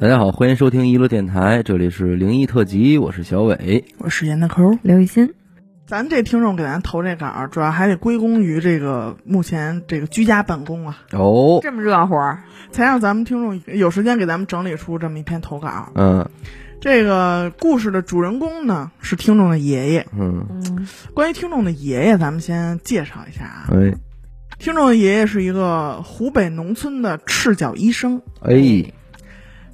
大家好，欢迎收听一乐电台，这里是灵异特辑，我是小伟。我是严大抠。刘雨欣，咱这听众给咱投这稿儿，主要还得归功于这个目前这个居家办公啊，哦，这么热乎，才让咱们听众有时间给咱们整理出这么一篇投稿。嗯这个故事的主人公呢是听众的爷爷。嗯，嗯，关于听众的爷爷，咱们先介绍一下啊。哎听众的爷爷是一个湖北农村的赤脚医生。哎，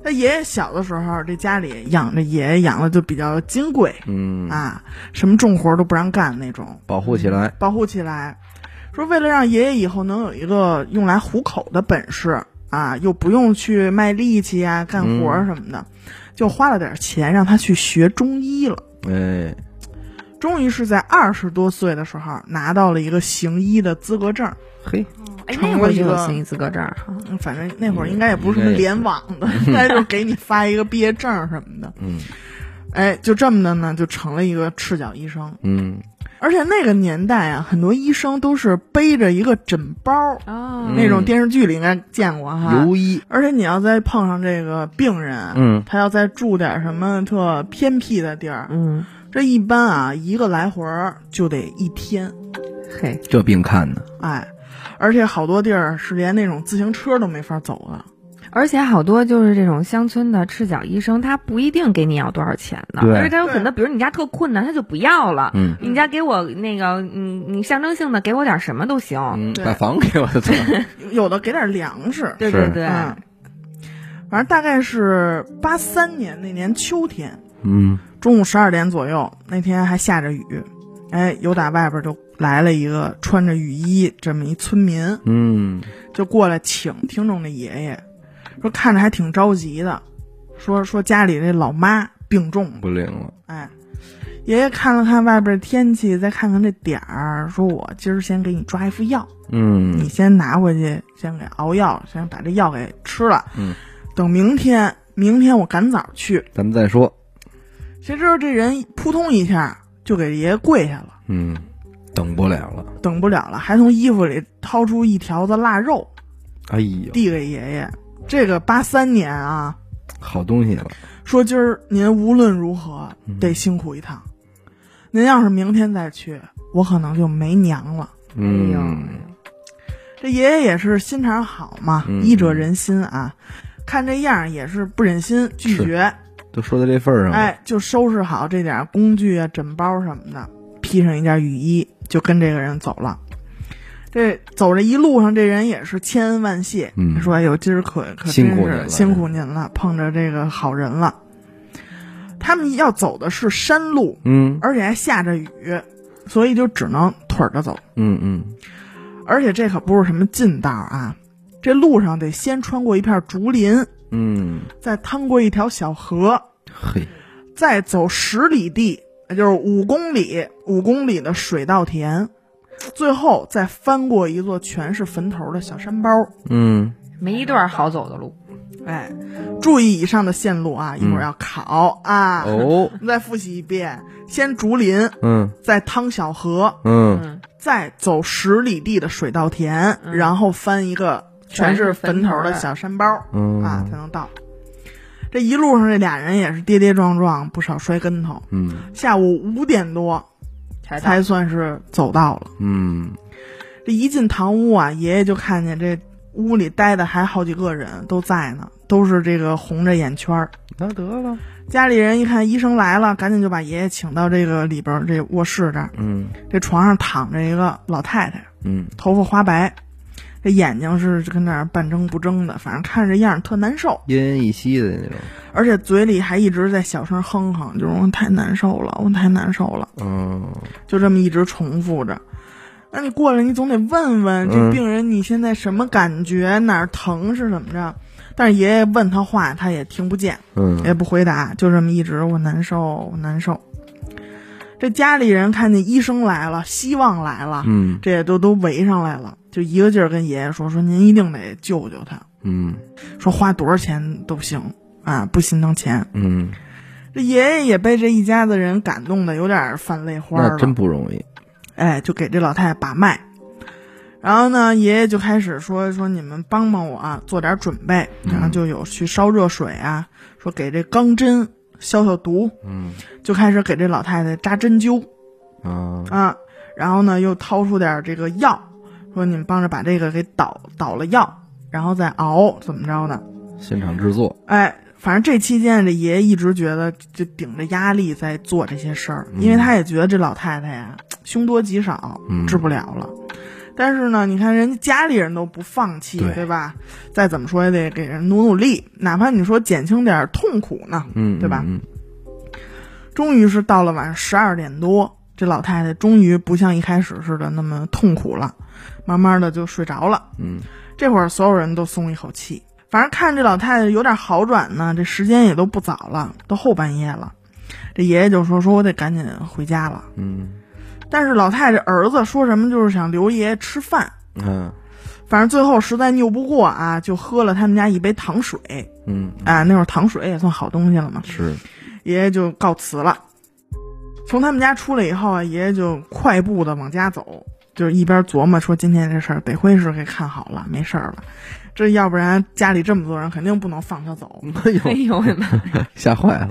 他爷爷小的时候，这家里养着爷爷养的就比较金贵嗯，啊，什么重活都不让干那种，保护起来，保护起来。说为了让爷爷以后能有一个用来糊口的本事啊，又不用去卖力气呀、干活儿什么的，就花了点钱让他去学中医了。哎，终于是在二十多岁的时候拿到了一个行医的资格证，嘿，哎，成那会为儿一就个有行医资格证儿哈，嗯反正那会儿应该也不是什么联网的，嗯应该就是给你发一个毕业证什么的。嗯哎，就这么的呢，就成了一个赤脚医生。嗯，而且那个年代啊，很多医生都是背着一个诊包，哦那种电视剧里应该见过哈。游医，而且你要再碰上这个病人，嗯他要再住点什么特偏僻的地儿，嗯，这一般啊一个来回儿就得一天，嘿，这病看的，哎，而且好多地儿是连那种自行车都没法走的。而且好多就是这种乡村的赤脚医生，他不一定给你要多少钱的，对而且他有可能，比如你家特困难，他就不要了。嗯你家给我那个，你你象征性的给我点什么都行，嗯，哦对把房给我的，有的给点粮食，对对是对，嗯，反正大概是八三年那年秋天，嗯中午十二点左右，那天还下着雨，哎，有打外边就来了一个穿着雨衣这么一村民，嗯就过来请听众的爷爷，说看着还挺着急的，说说家里这老妈病重了，不灵了，哎，爷爷看了看外边天气，再看看这点儿，说我今儿先给你抓一副药，你嗯先拿回去，先给熬药，先把这药给吃了，嗯，等明天，明天我赶早去。咱们再说，谁知道这人扑通一下就给爷爷跪下了，嗯，等不了了，等不了了，还从衣服里掏出一条子腊肉哎呦，递给爷爷。这个八三年啊，好东西了，说今儿您无论如何嗯得辛苦一趟，您要是明天再去，我可能就没娘了。嗯，这爷爷也是心肠好嘛，嗯医者仁心啊，看这样儿也是不忍心拒绝，都说到这份儿上了，哎，就收拾好这点儿工具啊、枕包什么的，披上一件雨衣，就跟这个人走了。这走这一路上，这人也是千恩万谢，嗯说：“哎呦，今儿可可真是辛苦您了辛苦您了，碰着这个好人了。”他们要走的是山路，嗯而且还下着雨，所以就只能腿着走。嗯嗯，而且这可不是什么近道啊，这路上得先穿过一片竹林，嗯，再趟过一条小河，嘿，再走十里地，也就是五公里，五公里的水稻田，最后再翻过一座全是坟头的小山包。嗯没一段好走的路，哎，注意以上的线路啊，一会儿要考、啊。哦，我们再复习一遍：先竹林，嗯再趟小河，嗯，嗯，再走十里地的水稻田，嗯然后翻一个全是坟头的小山包。嗯啊才能到。这一路上，这俩人也是跌跌撞撞，不少摔跟头。嗯下午五点多才到才算是走到了。嗯这一进堂屋啊，爷爷就看见这屋里待的还好几个人都在呢，都是这个红着眼圈儿。那得了，家里人一看医生来了，赶紧就把爷爷请到这个里边儿这卧室这儿。嗯这床上躺着一个老太太，嗯头发花白，这眼睛是跟那儿半睁不睁的，反正看着这样儿特难受。奄奄一息的那种，而且嘴里还一直在小声哼哼，就是我太难受了，我太难受了，嗯就这么一直重复着。那你过来，你总得问问嗯这病人你现在什么感觉，哪儿疼是怎么着？但是爷爷问他话，他也听不见，也嗯不回答，就这么一直我难受，我难受。这家里人看见医生来了，希望来了，嗯这也都都围上来了，就一个劲儿跟爷爷说说您一定得救救他，嗯说花多少钱都行啊，不心疼钱。嗯这爷爷也被这一家子人感动的有点泛泪花那了，真不容易。哎，就给这老太太把脉。然后呢，爷爷就开始说说你们帮帮我啊，做点准备。然后就有去烧热水啊，说给这钢针消消毒，嗯就开始给这老太太扎针灸啊，啊。然后呢，又掏出点这个药，说你们帮着把这个给捣捣了药，然后再熬怎么着的。现场制作，哎，反正这期间这爷爷一直觉得就顶着压力在做这些事儿，因为他也觉得这老太太呀凶多吉少嗯，治不了了。但是呢，你看人家家里人都不放弃，对对吧？再怎么说也得给人努努力，哪怕你说减轻点儿痛苦呢。嗯，对吧嗯终于是到了晚上十二点多，这老太太终于不像一开始似的那么痛苦了，慢慢的就睡着了。嗯，这会儿所有人都松一口气。反正看这老太太有点好转呢，这时间也都不早了，都后半夜了。这爷爷就说：“说我得赶紧回家了。嗯”但是老太太这儿子说什么就是想留爷爷吃饭，嗯啊反正最后实在拗不过啊，就喝了他们家一杯糖水嗯啊，那会儿糖水也算好东西了嘛。是爷爷就告辞了。从他们家出来以后啊，爷爷就快步的往家走，就是一边琢磨说今天这事儿，得亏是给看好了，没事儿了。这要不然家里这么多人，肯定不能放他走。哎哎呦，呦 我的妈！吓坏了，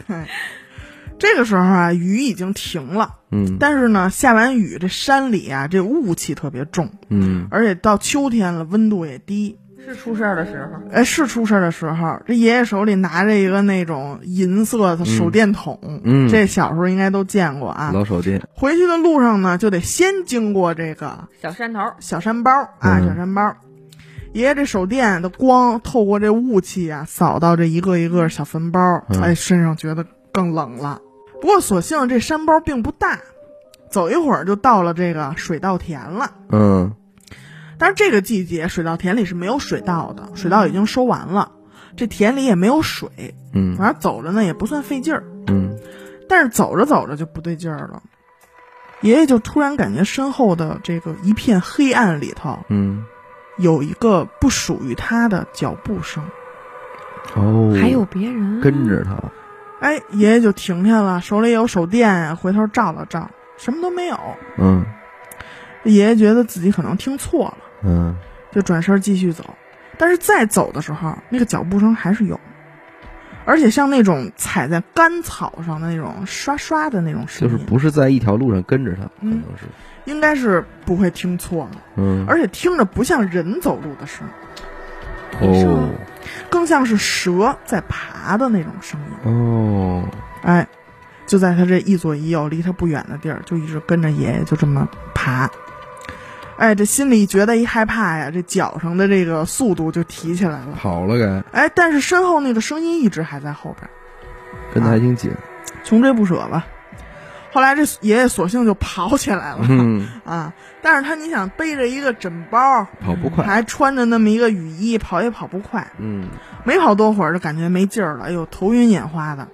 这个时候啊，雨已经停了，嗯但是呢，下完雨这山里啊，这雾气特别重，嗯而且到秋天了，温度也低。是出事儿的时候，哎，是出事儿的时候，这爷爷手里拿着一个那种银色的手电筒，嗯，这小时候应该都见过啊。老手电，回去的路上呢，就得先经过这个小山头，小山包啊，嗯小山包。爷爷这手电的光透过这雾气啊，扫到这一个一个小坟包，嗯哎，身上觉得更冷了。不过所幸这山包并不大，走一会儿就到了这个水稻田了。嗯但是这个季节水稻田里是没有水稻的，水稻已经收完了，这田里也没有水，嗯反正走着呢也不算费劲儿。嗯但是走着走着就不对劲儿了，爷爷就突然感觉身后的这个一片黑暗里头嗯，有一个不属于他的脚步声。哦，还有别人啊跟着他，哎，爷爷就停下了，手里有手电呀，回头照了照，什么都没有。嗯爷爷觉得自己可能听错了，嗯，就转身继续走。但是再走的时候，那个脚步声还是有，而且像那种踩在干草上的那种刷刷的那种声就是音，不是在一条路上跟着他，可嗯能是，应该是不会听错的。嗯，而且听着不像人走路的声音，哦更像是蛇在爬的那种声音。哦，哎，就在他这一左一右离他不远的地儿，就一直跟着爷爷就这么爬。哎，这心里觉得一害怕呀，这脚上的这个速度就提起来了。跑了该，哎，但是身后那个声音一直还在后边，跟的还挺紧，穷追不舍吧。后来这爷爷索性就跑起来 了、嗯，啊！但是他你想背着一个枕包， 跑不快，还穿着那么一个雨衣，跑也跑不快。嗯没跑多会儿就感觉没劲儿了，哎呦，头晕眼花的，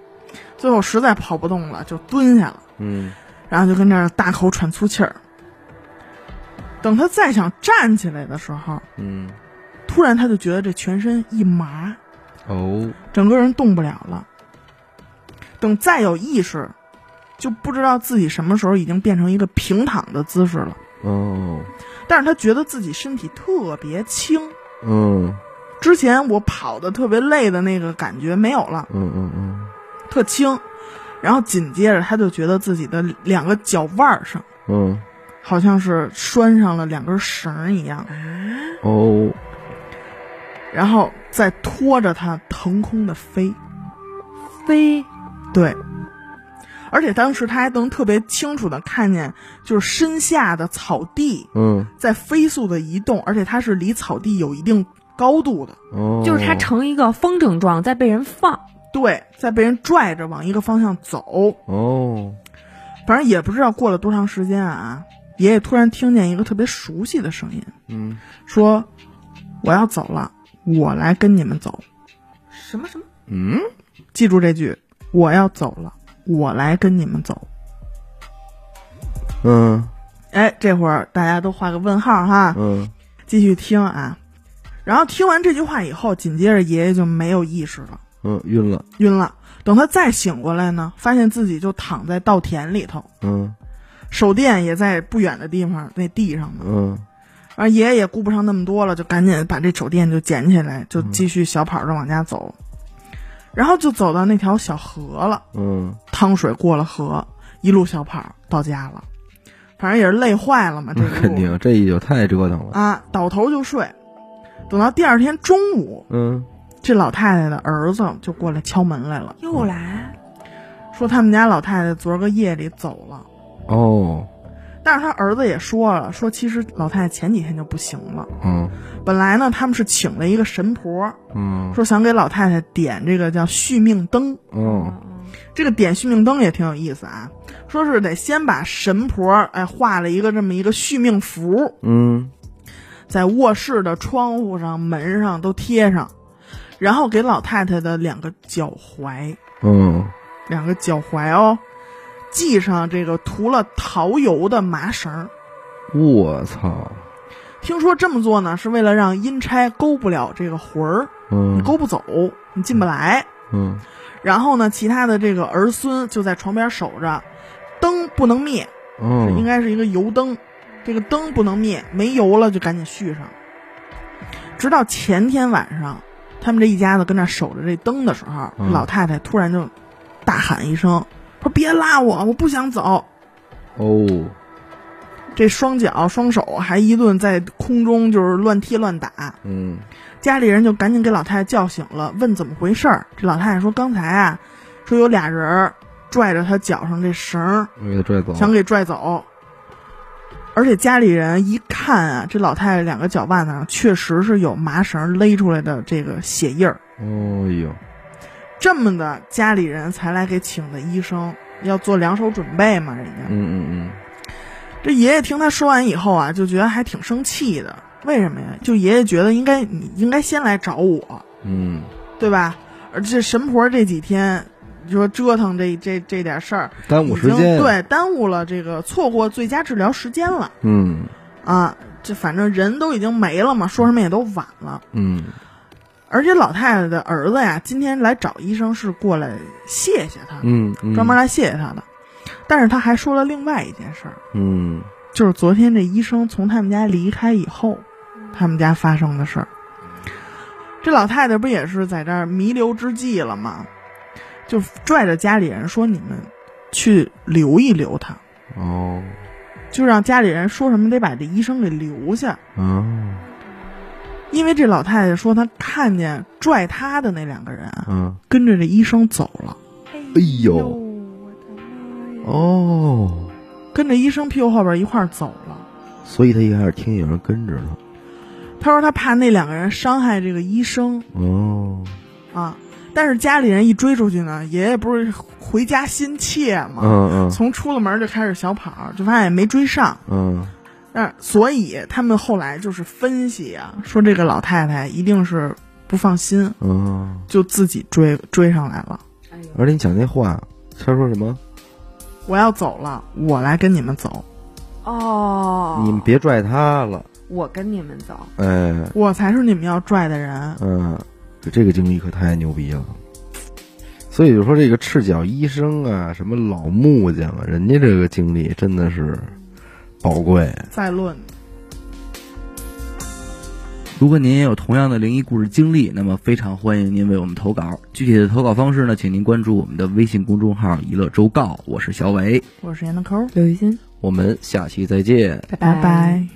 最后实在跑不动了，就蹲下了，嗯然后就跟那儿大口喘粗气儿。等他再想站起来的时候，嗯，突然他就觉得这全身一麻，哦，整个人动不了了。等再有意识，就不知道自己什么时候已经变成一个平躺的姿势了。哦，但是他觉得自己身体特别轻，嗯之前我跑的特别累的那个感觉没有了。嗯嗯嗯特轻，然后紧接着他就觉得自己的两个脚腕儿上嗯，好像是拴上了两根绳儿一样，哦，然后再拖着它腾空的飞。飞，哦对，而且当时他还能特别清楚的看见，就是身下的草地嗯在飞速的移动，而且它是离草地有一定高度的。哦，就是它成一个风筝状，在被人放。对，在被人拽着往一个方向走，哦，反正也不知道过了多长时间啊，爷爷突然听见一个特别熟悉的声音，嗯，说我要走了，我来跟你们走。什么什么？嗯，记住这句，我要走了，我来跟你们走。嗯哎，这会儿大家都画个问号哈，嗯，继续听啊。然后听完这句话以后，紧接着爷爷就没有意识了，嗯，晕了，晕了。等他再醒过来呢，发现自己就躺在稻田里头，嗯手电也在不远的地方那地上呢。嗯而爷爷也顾不上那么多了，就赶紧把这手电就捡起来，就继续小跑着往家走。然后就走到那条小河了，嗯趟水过了河，一路小跑到家了。反正也是累坏了嘛，这那个肯路定，这一宿太折腾了。啊，倒头就睡。等到第二天中午，嗯这老太太的儿子就过来敲门来了，又来，说他们家老太太昨儿个夜里走了。哦但是他儿子也说了，说其实老太太前几天就不行了。嗯本来呢，他们是请了一个神婆，嗯说想给老太太点这个叫续命灯。嗯嗯这个点续命灯也挺有意思啊，说是得先把神婆哎画了一个这么一个续命符，嗯在卧室的窗户上、门上都贴上，然后给老太太的两个脚踝，嗯两个脚踝哦，系上这个涂了桃油的麻绳儿。嗯，我操！听说这么做呢，是为了让阴差勾不了这个魂儿，嗯你勾不走，你进不来。嗯然后呢，其他的这个儿孙就在床边守着，灯不能灭，嗯，应该是一个油灯，这个灯不能灭，没油了就赶紧续上。直到前天晚上，他们这一家子跟那守着这灯的时候，嗯老太太突然就大喊一声，说：“别拉我，我不想走。哦，”这双脚双手还一顿在空中就是乱踢乱打，嗯家里人就赶紧给老太太叫醒了，问怎么回事儿。这老太太说：“刚才啊，说有俩人儿拽着她脚上这绳儿，我给他拽走了。想给拽走。而且家里人一看啊，这老太太两个脚腕子上确实是有麻绳勒出来的这个血印儿。哦呦，这么的，家里人才来给请的医生，要做两手准备嘛。人家嗯嗯这爷爷听他说完以后啊，就觉得还挺生气的。为什么呀？就爷爷觉得应该你应该先来找我，嗯对吧？而这神婆这几天，你说折腾这这这点事儿，嗯，耽误时已经间。，对，耽误了这个错过最佳治疗时间了嗯啊！这反正人都已经没了嘛，说什么也都晚了。嗯而且老太太的儿子呀，今天来找医生是过来谢谢他，嗯嗯，专门来谢谢他的。但是他还说了另外一件事儿，嗯就是昨天这医生从他们家离开以后，他们家发生的事儿。这老太太不也是在这儿弥留之际了吗？就拽着家里人说：“你们去留一留他，哦就让家里人说什么得把这医生给留下。嗯”因为这老太太说她看见拽她的那两个人啊嗯跟着这医生走了，哎呦我的妈呀！哦，跟着医生屁股后边一块儿走了。所以他一开始听有人跟着他。她说她怕那两个人伤害这个医生，哦，啊。但是家里人一追出去呢，爷爷不是回家心切嘛，嗯嗯从出了门就开始小跑，就发现也没追上。嗯但是所以他们后来就是分析啊，说这个老太太一定是不放心，嗯，就自己追追上来了。哎呦，而且你讲那话，他说什么？我要走了，我来跟你们走。哦，啊你们，别拽他了。我跟你们走，哎，我才是你们要拽的人，嗯，这个经历可太牛逼了。所以就说这个赤脚医生啊，什么老木匠啊，人家这个经历真的是宝贵。再论。如果您也有同样的灵异故事经历，那么非常欢迎您为我们投稿。具体的投稿方式呢，请您关注我们的微信公众号“一乐周告”，我是小伟，我是闫德抠，刘雨欣，我们下期再见。拜拜拜。